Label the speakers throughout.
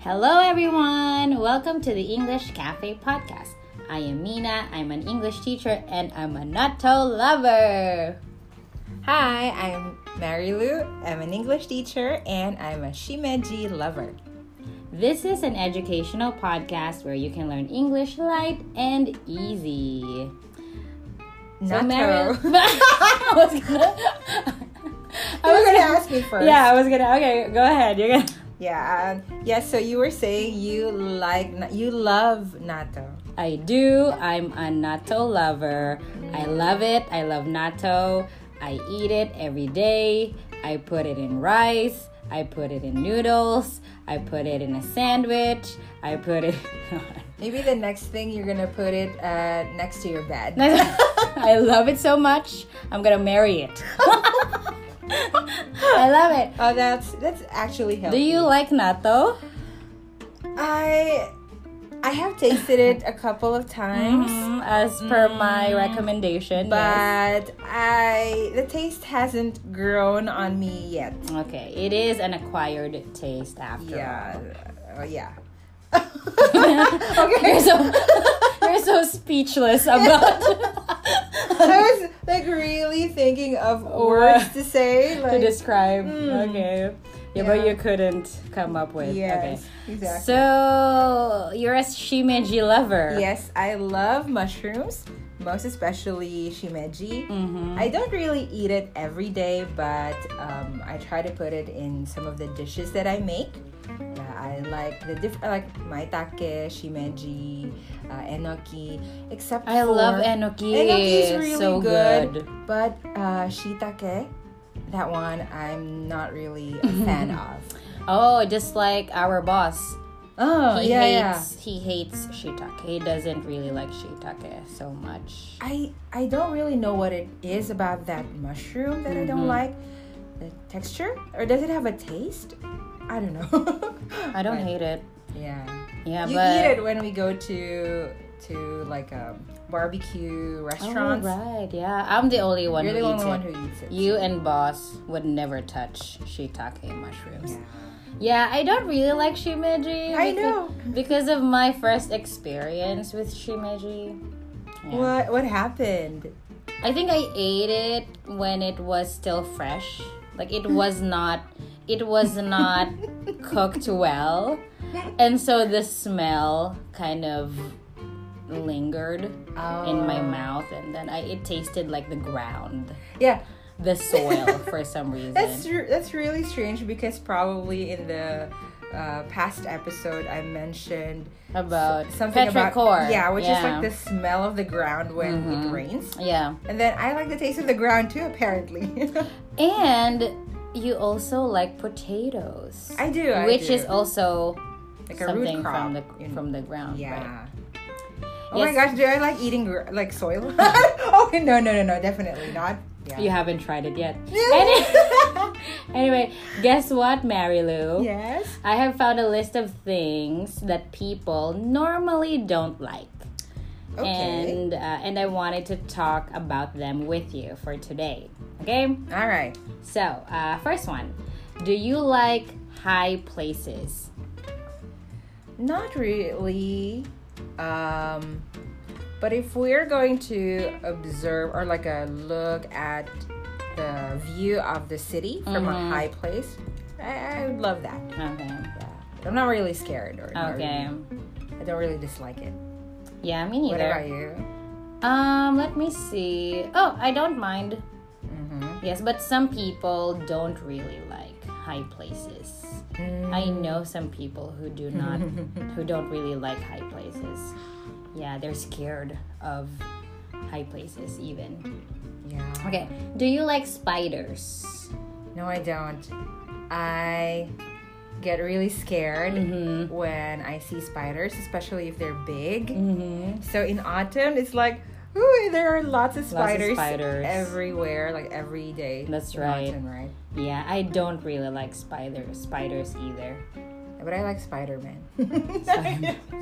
Speaker 1: Hello, everyone! Welcome to the English Cafe podcast. I am Mina, I'm an English teacher, and I'm a natto lover.
Speaker 2: Hi, I'm Mary Lou. I'm an English teacher and I'm a shimeji lover.
Speaker 1: This is an educational podcast where you can learn English light and easy.
Speaker 2: Natto.
Speaker 1: I was gonna.
Speaker 2: you were gonna ask me first.
Speaker 1: Yeah, I was gonna. Okay, go ahead. You're gonna.
Speaker 2: Yeah. Um, yeah. So you were saying you like na- you love natto.
Speaker 1: I do. I'm a natto lover. I love it. I love natto. I eat it every day. I put it in rice. I put it in noodles. I put it in a sandwich. I put it.
Speaker 2: Maybe the next thing you're gonna put it uh, next to your bed.
Speaker 1: I love it so much. I'm gonna marry it. I love it.
Speaker 2: Oh, that's that's actually
Speaker 1: Do
Speaker 2: healthy.
Speaker 1: you like natto?
Speaker 2: I I have tasted it a couple of times,
Speaker 1: Mm, as per my recommendation. yes.
Speaker 2: Mm, but I the taste hasn't grown on me yet.
Speaker 1: Okay, it is an acquired taste after
Speaker 2: Yeah. Uh, yeah.
Speaker 1: You're so, you're so speechless about
Speaker 2: I was like really thinking of words to say. Like,
Speaker 1: to describe. Okay. Yeah, but
Speaker 2: Hmm. Yeah.
Speaker 1: you couldn't come up with.
Speaker 2: Yes,
Speaker 1: okay.
Speaker 2: exactly.
Speaker 1: So you're a shimeji lover.
Speaker 2: Yes, I love mushrooms, most especially shimeji.
Speaker 1: Mm-hmm.
Speaker 2: I don't really eat it every day, but um, I try to put it in some of the dishes that I make. Yeah, I like the diff- I like maitake, shimeji, uh, enoki, except
Speaker 1: I love
Speaker 2: for-
Speaker 1: enoki.
Speaker 2: Enoki is really
Speaker 1: so
Speaker 2: good,
Speaker 1: good.
Speaker 2: but uh, shiitake, that one I'm not really a fan of.
Speaker 1: Oh, just like our boss.
Speaker 2: Oh
Speaker 1: He
Speaker 2: yeah, yeah.
Speaker 1: hates he hates shiitake. He doesn't really like shiitake so much.
Speaker 2: I I don't really know what it is about that mushroom that I
Speaker 1: Mm-hmm.
Speaker 2: don't like. The texture, or does it have a taste? I don't know.
Speaker 1: I don't hate it.
Speaker 2: yeah,
Speaker 1: Yeah,
Speaker 2: you
Speaker 1: but
Speaker 2: eat it when we go to to like a barbecue
Speaker 1: Oh,
Speaker 2: restaurants.
Speaker 1: right, yeah. I'm the only one
Speaker 2: You're
Speaker 1: who
Speaker 2: the
Speaker 1: eats
Speaker 2: only
Speaker 1: it.
Speaker 2: one who eats it.
Speaker 1: You and boss would never touch shiitake mushrooms.
Speaker 2: Yeah.
Speaker 1: Yeah, I don't really like shimeji.
Speaker 2: I
Speaker 1: becau-
Speaker 2: know.
Speaker 1: Because of my first experience with shimeji. Yeah.
Speaker 2: What what happened?
Speaker 1: I think I ate it when it was still fresh. Like it was not it was not cooked well. And so the smell kind of lingered
Speaker 2: Um,
Speaker 1: in
Speaker 2: Oh.
Speaker 1: my mouth and then I it tasted like the ground,
Speaker 2: Yeah,
Speaker 1: the soil for some reason.
Speaker 2: That's r- that's really strange because probably in the uh, past episode I mentioned
Speaker 1: about
Speaker 2: something
Speaker 1: petrichor.
Speaker 2: about yeah, which is
Speaker 1: Yeah. Mm-hmm.
Speaker 2: like the smell of the ground when it rains,
Speaker 1: Yeah.
Speaker 2: and then I like the taste of the ground too. Apparently,
Speaker 1: And you also like potatoes.
Speaker 2: I do, I
Speaker 1: which
Speaker 2: do.
Speaker 1: is also
Speaker 2: like a root
Speaker 1: something
Speaker 2: crop.
Speaker 1: from the
Speaker 2: you know.
Speaker 1: from the ground. Right?
Speaker 2: yeah. Oh
Speaker 1: Yes.
Speaker 2: my gosh, do I like eating gr- like soil? oh no no no no, definitely not. Yeah.
Speaker 1: You haven't tried it yet. Any- anyway, guess what, Mary Lou?
Speaker 2: yes.
Speaker 1: I have found a list of things that people normally don't like.
Speaker 2: Okay.
Speaker 1: And uh, and I wanted to talk about them with you for today. Okay?
Speaker 2: All right.
Speaker 1: So, uh, first one. Do you like high places?
Speaker 2: Not really. Um, but if we're going to observe or like a look at the view of the city from a high place, I, I would love that.
Speaker 1: Okay.
Speaker 2: Yeah. I'm not really scared or not
Speaker 1: Okay.
Speaker 2: really- I don't really dislike it.
Speaker 1: Yeah, me
Speaker 2: What
Speaker 1: neither.
Speaker 2: about you?
Speaker 1: Um, let me see. Oh, I don't mind.
Speaker 2: Mm-hmm.
Speaker 1: Yes, but some people don't really like high places. I
Speaker 2: Mm.
Speaker 1: know some people who do not who don't really like high places. Yeah, they're scared of high places even.
Speaker 2: Yeah.
Speaker 1: Okay. Do you like spiders?
Speaker 2: No, I don't. I get really scared
Speaker 1: Mm.
Speaker 2: when I see spiders, especially if they're big.
Speaker 1: Mm-hmm.
Speaker 2: So in autumn, it's like, ooh, there are lots of
Speaker 1: of
Speaker 2: spiders,
Speaker 1: spiders.
Speaker 2: everywhere, like every day.
Speaker 1: That's
Speaker 2: in
Speaker 1: right.
Speaker 2: Autumn, right?
Speaker 1: Yeah, I don't really like spider spiders either.
Speaker 2: But I like Spider Man.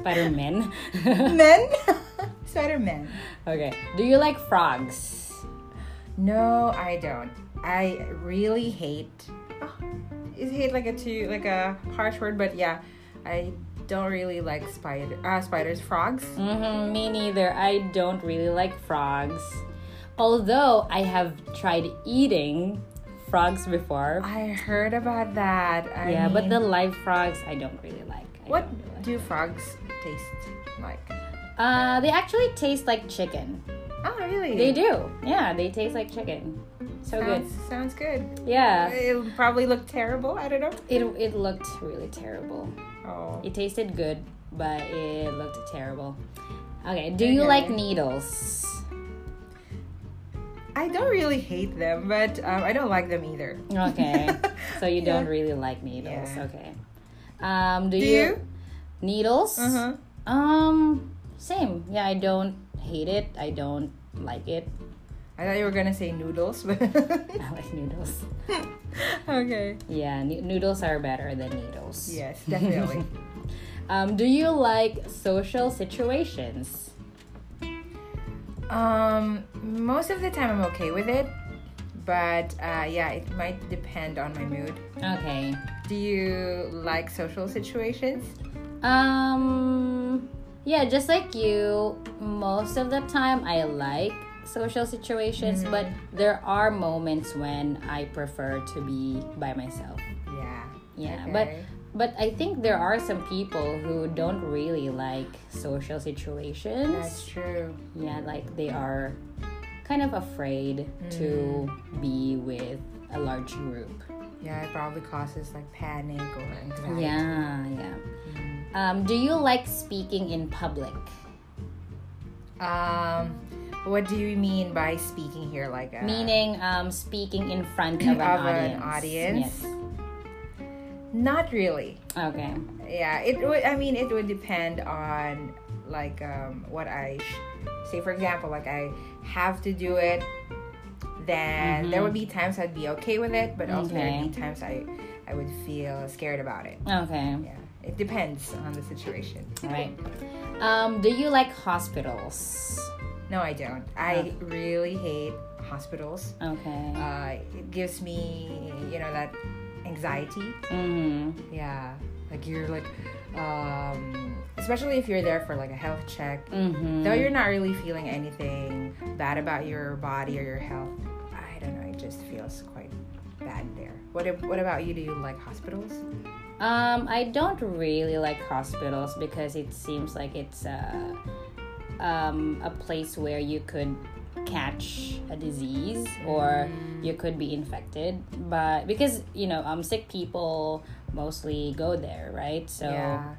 Speaker 1: Spider men.
Speaker 2: Men? Spider Man.
Speaker 1: okay. Do you like frogs?
Speaker 2: No, I don't. I really hate. Oh, is hate like a too like a harsh word? But yeah, I don't really like spider uh, spiders, frogs.
Speaker 1: hmm me neither. I don't really like frogs. Although I have tried eating frogs before.
Speaker 2: I heard about that. I
Speaker 1: yeah, but
Speaker 2: mean,
Speaker 1: the live frogs I don't really like. I
Speaker 2: what
Speaker 1: don't really like.
Speaker 2: do frogs taste like?
Speaker 1: Uh, they actually taste like chicken.
Speaker 2: Oh, really?
Speaker 1: They do. Yeah, they taste like chicken. So good.
Speaker 2: Sounds, sounds good.
Speaker 1: Yeah.
Speaker 2: It'll probably look terrible. I don't know.
Speaker 1: It, it looked really terrible.
Speaker 2: Oh.
Speaker 1: It tasted good, but it looked terrible. Okay, do you like needles?
Speaker 2: I don't really hate them, but um, I don't like them either.
Speaker 1: Okay, so you
Speaker 2: Yeah.
Speaker 1: don't really like needles.
Speaker 2: Yeah.
Speaker 1: Okay. Um, do,
Speaker 2: Do
Speaker 1: you,
Speaker 2: you?
Speaker 1: needles?
Speaker 2: Uh huh.
Speaker 1: Um, same. Yeah, I don't hate it. I don't like it.
Speaker 2: I thought you were gonna say noodles, but
Speaker 1: I like noodles.
Speaker 2: okay.
Speaker 1: Yeah, nu- noodles are better than needles.
Speaker 2: Yes, definitely.
Speaker 1: Um, do you like social situations?
Speaker 2: um, most of the time I'm okay with it, but uh, yeah, it might depend on my mood.
Speaker 1: Okay.
Speaker 2: Do you like social situations?
Speaker 1: Um, yeah, just like you, most of the time I like social situations, but
Speaker 2: Mm-hmm.
Speaker 1: there are moments when I prefer to be by myself.
Speaker 2: Yeah.
Speaker 1: Yeah,
Speaker 2: Okay.
Speaker 1: but but I think there are some people who don't really like social situations.
Speaker 2: That's true.
Speaker 1: Yeah, like they are kind of afraid to
Speaker 2: Mm.
Speaker 1: be with a large group.
Speaker 2: Yeah, it probably causes like panic or anxiety.
Speaker 1: Yeah, yeah.
Speaker 2: Mm-hmm.
Speaker 1: Um, do you like speaking in public?
Speaker 2: Um, what do you mean by speaking here? Like uh,
Speaker 1: Meaning um, speaking in front of an
Speaker 2: Of
Speaker 1: audience.
Speaker 2: an audience? Not really.
Speaker 1: Yes. Okay.
Speaker 2: Yeah, it would. I mean, it would depend on like um, what I sh- say. For example, like I have to do it. Then there would be times I'd be okay with it, but also there would be times I, I would feel scared about it.
Speaker 1: Okay.
Speaker 2: Yeah, it depends on the situation.
Speaker 1: All right. Um, do you like hospitals?
Speaker 2: No, I don't. I really hate hospitals.
Speaker 1: Okay.
Speaker 2: Uh, it gives me, you know, that anxiety.
Speaker 1: hmm
Speaker 2: Yeah, like you're like, um, especially if you're there for like a health check.
Speaker 1: hmm
Speaker 2: Though you're not really feeling anything bad about your body or your health, I don't know. It just feels quite bad there. What ab- What about you? Do you like hospitals?
Speaker 1: Um, I don't really like hospitals because it seems like it's a, um, a place where you could catch a disease or
Speaker 2: Mm.
Speaker 1: you could be infected. But because you know, um, sick people mostly go there, right? So
Speaker 2: Yeah.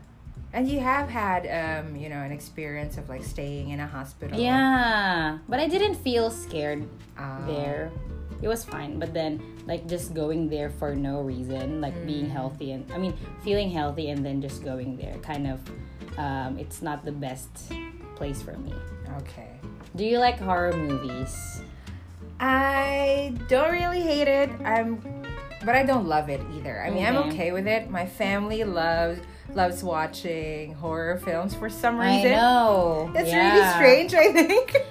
Speaker 2: And you have had, um, you know, an experience of like staying in a hospital.
Speaker 1: Yeah, but I didn't feel scared
Speaker 2: Um,
Speaker 1: there. It was fine, but then like just going there for no reason, like being
Speaker 2: Hmm.
Speaker 1: healthy and I mean feeling healthy and then just going there, kind of, um, it's not the best place for me.
Speaker 2: Okay.
Speaker 1: Do you like horror movies?
Speaker 2: I don't really hate it. I'm, but I don't love it either. I mean, I'm
Speaker 1: Okay.
Speaker 2: okay with it. My family loves loves watching horror films for some
Speaker 1: I
Speaker 2: reason.
Speaker 1: know.
Speaker 2: It's
Speaker 1: yeah.
Speaker 2: really strange. I think.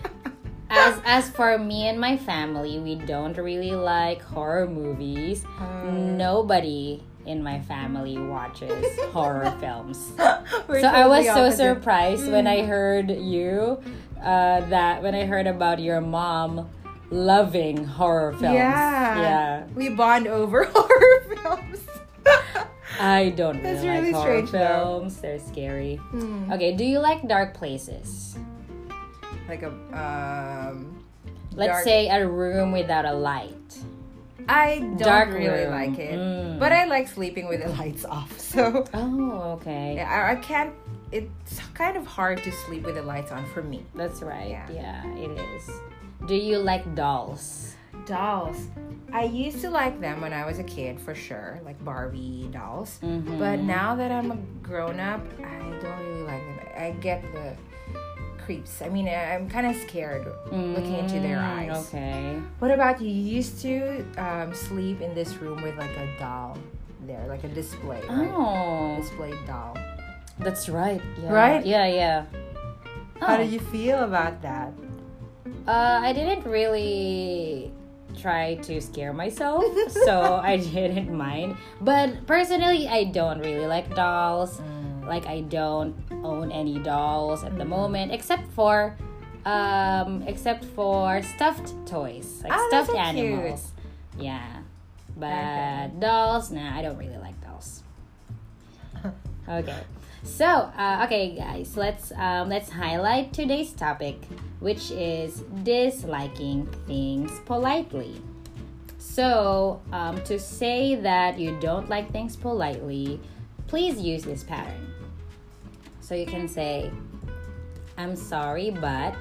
Speaker 1: As as for me and my family, we don't really like horror movies.
Speaker 2: Hmm.
Speaker 1: Nobody in my family watches horror films.
Speaker 2: We're
Speaker 1: So I was
Speaker 2: totally
Speaker 1: so
Speaker 2: opposite. Mm.
Speaker 1: surprised when I heard you uh, that when I heard about your mom loving horror films.
Speaker 2: Yeah.
Speaker 1: Yeah.
Speaker 2: We bond over horror films.
Speaker 1: I don't
Speaker 2: That's
Speaker 1: really,
Speaker 2: really
Speaker 1: like horror
Speaker 2: strange, though. Hmm.
Speaker 1: films. They're scary. Okay, do you like dark places?
Speaker 2: like a um.
Speaker 1: Let's
Speaker 2: Dark-
Speaker 1: say a room without a light.
Speaker 2: I don't
Speaker 1: Dark
Speaker 2: really
Speaker 1: room.
Speaker 2: like it,
Speaker 1: Mm.
Speaker 2: but I like sleeping with the lights off. So
Speaker 1: Oh, okay.
Speaker 2: yeah, I, I can't. It's kind of hard to sleep with the lights on for me.
Speaker 1: That's right.
Speaker 2: Yeah.
Speaker 1: Yeah. it is. Do you like dolls?
Speaker 2: Dolls. I used to like them when I was a kid for sure, like Barbie dolls.
Speaker 1: Mm-hmm.
Speaker 2: But now that I'm a grown up, I don't really like them. I get the creeps. I mean, I- I'm kind of scared looking into their
Speaker 1: Mm,
Speaker 2: eyes.
Speaker 1: Okay.
Speaker 2: What about you? You used to um, sleep in this room with like a doll there, like a display, right?
Speaker 1: Oh,
Speaker 2: Display doll.
Speaker 1: that's right. Yeah.
Speaker 2: Right?
Speaker 1: Yeah, yeah.
Speaker 2: How
Speaker 1: Oh.
Speaker 2: do you feel about that?
Speaker 1: Uh, I didn't really try to scare myself, so I didn't mind. But personally, I don't really like dolls. Like I don't own any dolls at the moment, except for um except for stuffed toys, like
Speaker 2: Ah, that's
Speaker 1: stuffed
Speaker 2: so cute.
Speaker 1: animals. Yeah. But
Speaker 2: Okay.
Speaker 1: dolls, nah, I don't really like dolls. okay. So, uh, okay guys, let's um, let's highlight today's topic, which is disliking things politely. So, um, to say that you don't like things politely, please use this pattern. So you can say, I'm sorry, but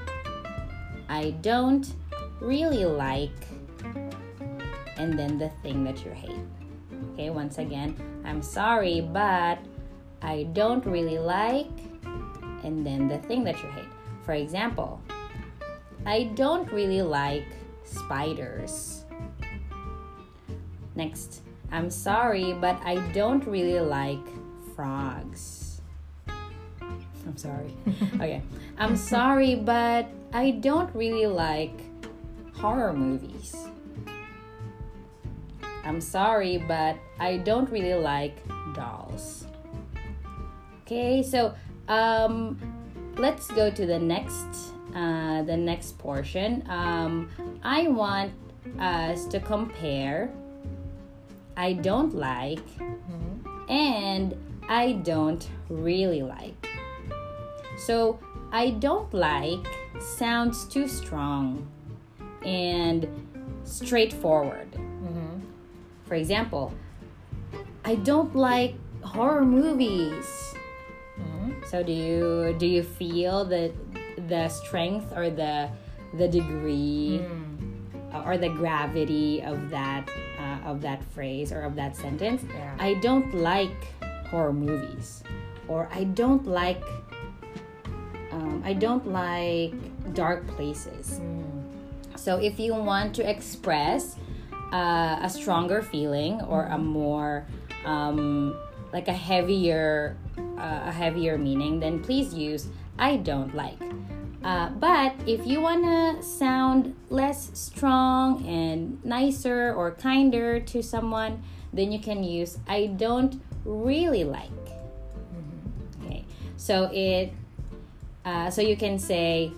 Speaker 1: I don't really like, and then the thing that you hate. Okay, once again, I'm sorry, but I don't really like, and then the thing that you hate. For example, I don't really like spiders. Next, I'm sorry, but I don't really like frogs. I'm sorry. okay. I'm sorry, but I don't really like horror movies. I'm sorry, but I don't really like dolls. Okay, so um, let's go to the next uh, the next portion. Um, I want us to compare. I don't like and I don't really like. So I don't like sounds too strong and straightforward. For example, I don't like horror movies. So do you do you feel the the strength or the the degree uh, or the gravity of that uh, of that phrase or of that sentence?
Speaker 2: Yeah.
Speaker 1: I don't like horror movies, or I don't like um, I don't like dark places. So if you want to express uh, a stronger feeling or a more um, like a heavier uh, a heavier meaning, then please use I don't like. Uh, but if you wanna sound less strong and nicer or kinder to someone, then you can use I don't really like. Okay, so it uh, so you can say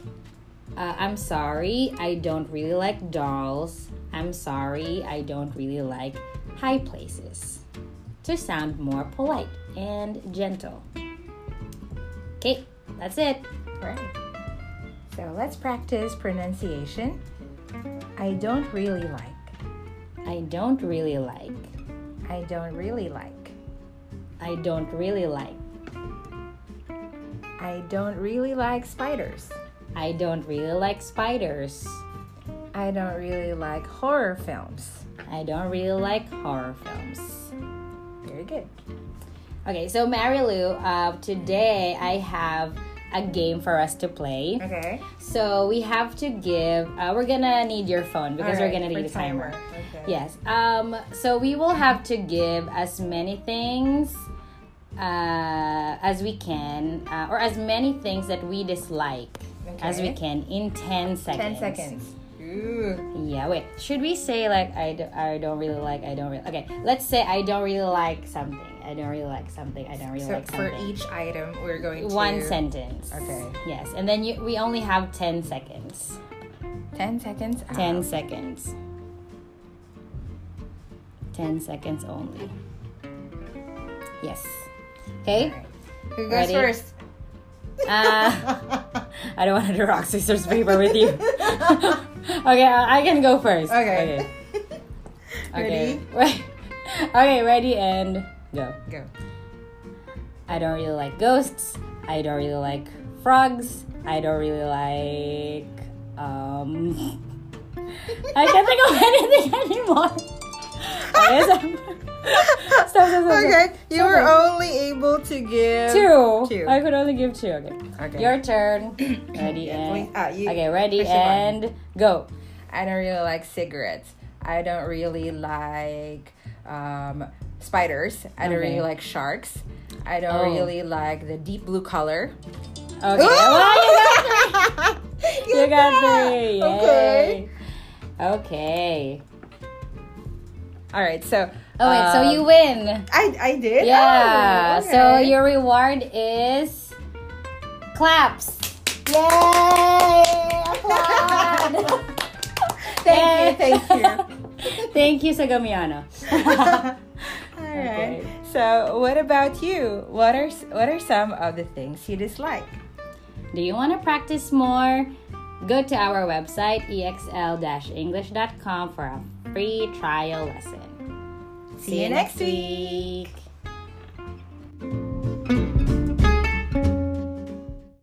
Speaker 1: uh, I'm sorry, I don't really like dolls. I'm sorry, I don't really like high places. To sound more polite and gentle. Okay, that's it.
Speaker 2: Right. So let's practice pronunciation. I don't really like.
Speaker 1: I don't really like.
Speaker 2: I don't really like.
Speaker 1: I don't really like.
Speaker 2: I don't really like spiders.
Speaker 1: I don't really like spiders.
Speaker 2: I don't really like horror films.
Speaker 1: I don't really like horror films.
Speaker 2: Very good.
Speaker 1: Okay, so Marilu, uh, today I have a game for us to play.
Speaker 2: Okay.
Speaker 1: So we have to give. Uh, we're gonna need your phone because we're gonna need a timer. Yes. Um. So we will have to give as many things uh, as we can, uh, or as many things that we dislike as we
Speaker 2: Okay.
Speaker 1: can in ten
Speaker 2: Ten
Speaker 1: seconds.
Speaker 2: seconds. Ooh.
Speaker 1: Yeah. Wait. Should we say like I, do, I don't really like I don't really okay. Let's say I don't really like something. I don't really like something. I don't really
Speaker 2: So
Speaker 1: like
Speaker 2: for
Speaker 1: something.
Speaker 2: each item, we're going to
Speaker 1: One sentence.
Speaker 2: Okay.
Speaker 1: Yes, and then you, we only have ten seconds.
Speaker 2: Ten seconds.
Speaker 1: 10
Speaker 2: out.
Speaker 1: seconds. 10 seconds only. Yes. Okay?
Speaker 2: Who goes
Speaker 1: Ready?
Speaker 2: first?
Speaker 1: Uh, I don't want to do rock, scissors, paper with you. okay, uh, I I can go first.
Speaker 2: okay.
Speaker 1: Okay.
Speaker 2: Ready?
Speaker 1: Ready? okay, ready and go.
Speaker 2: Go.
Speaker 1: I don't really like ghosts. I don't really like frogs. I don't really like. Um, I can't think of anything anymore. Okay, so- stop, stop, stop, stop.
Speaker 2: Okay. You were only able to give
Speaker 1: Two.
Speaker 2: Two.
Speaker 1: I could only give two. Okay.
Speaker 2: Okay.
Speaker 1: Your turn. Ready and.
Speaker 2: Wait, ah, you-
Speaker 1: Okay, ready
Speaker 2: push the button.
Speaker 1: and go.
Speaker 2: I don't really like cigarettes. I don't really like um, spiders. I don't
Speaker 1: Okay.
Speaker 2: really like sharks. I don't
Speaker 1: Oh.
Speaker 2: really like the deep blue color.
Speaker 1: Okay. Well, you, you got three. Yay.
Speaker 2: Okay.
Speaker 1: Okay.
Speaker 2: All right, so
Speaker 1: Oh wait, so
Speaker 2: um,
Speaker 1: you win.
Speaker 2: I I did.
Speaker 1: Yeah.
Speaker 2: Oh,
Speaker 1: So
Speaker 2: okay.
Speaker 1: your reward is claps.
Speaker 2: Yay! Applaud! thank you, thank you.
Speaker 1: thank you, Sagamiano.
Speaker 2: All right.
Speaker 1: Okay.
Speaker 2: So, what about you? What are s- what are some of the things you dislike?
Speaker 1: Do you want to practice more? Go to our website E exl-english.com for a free trial lesson.
Speaker 2: See you next week.
Speaker 1: week.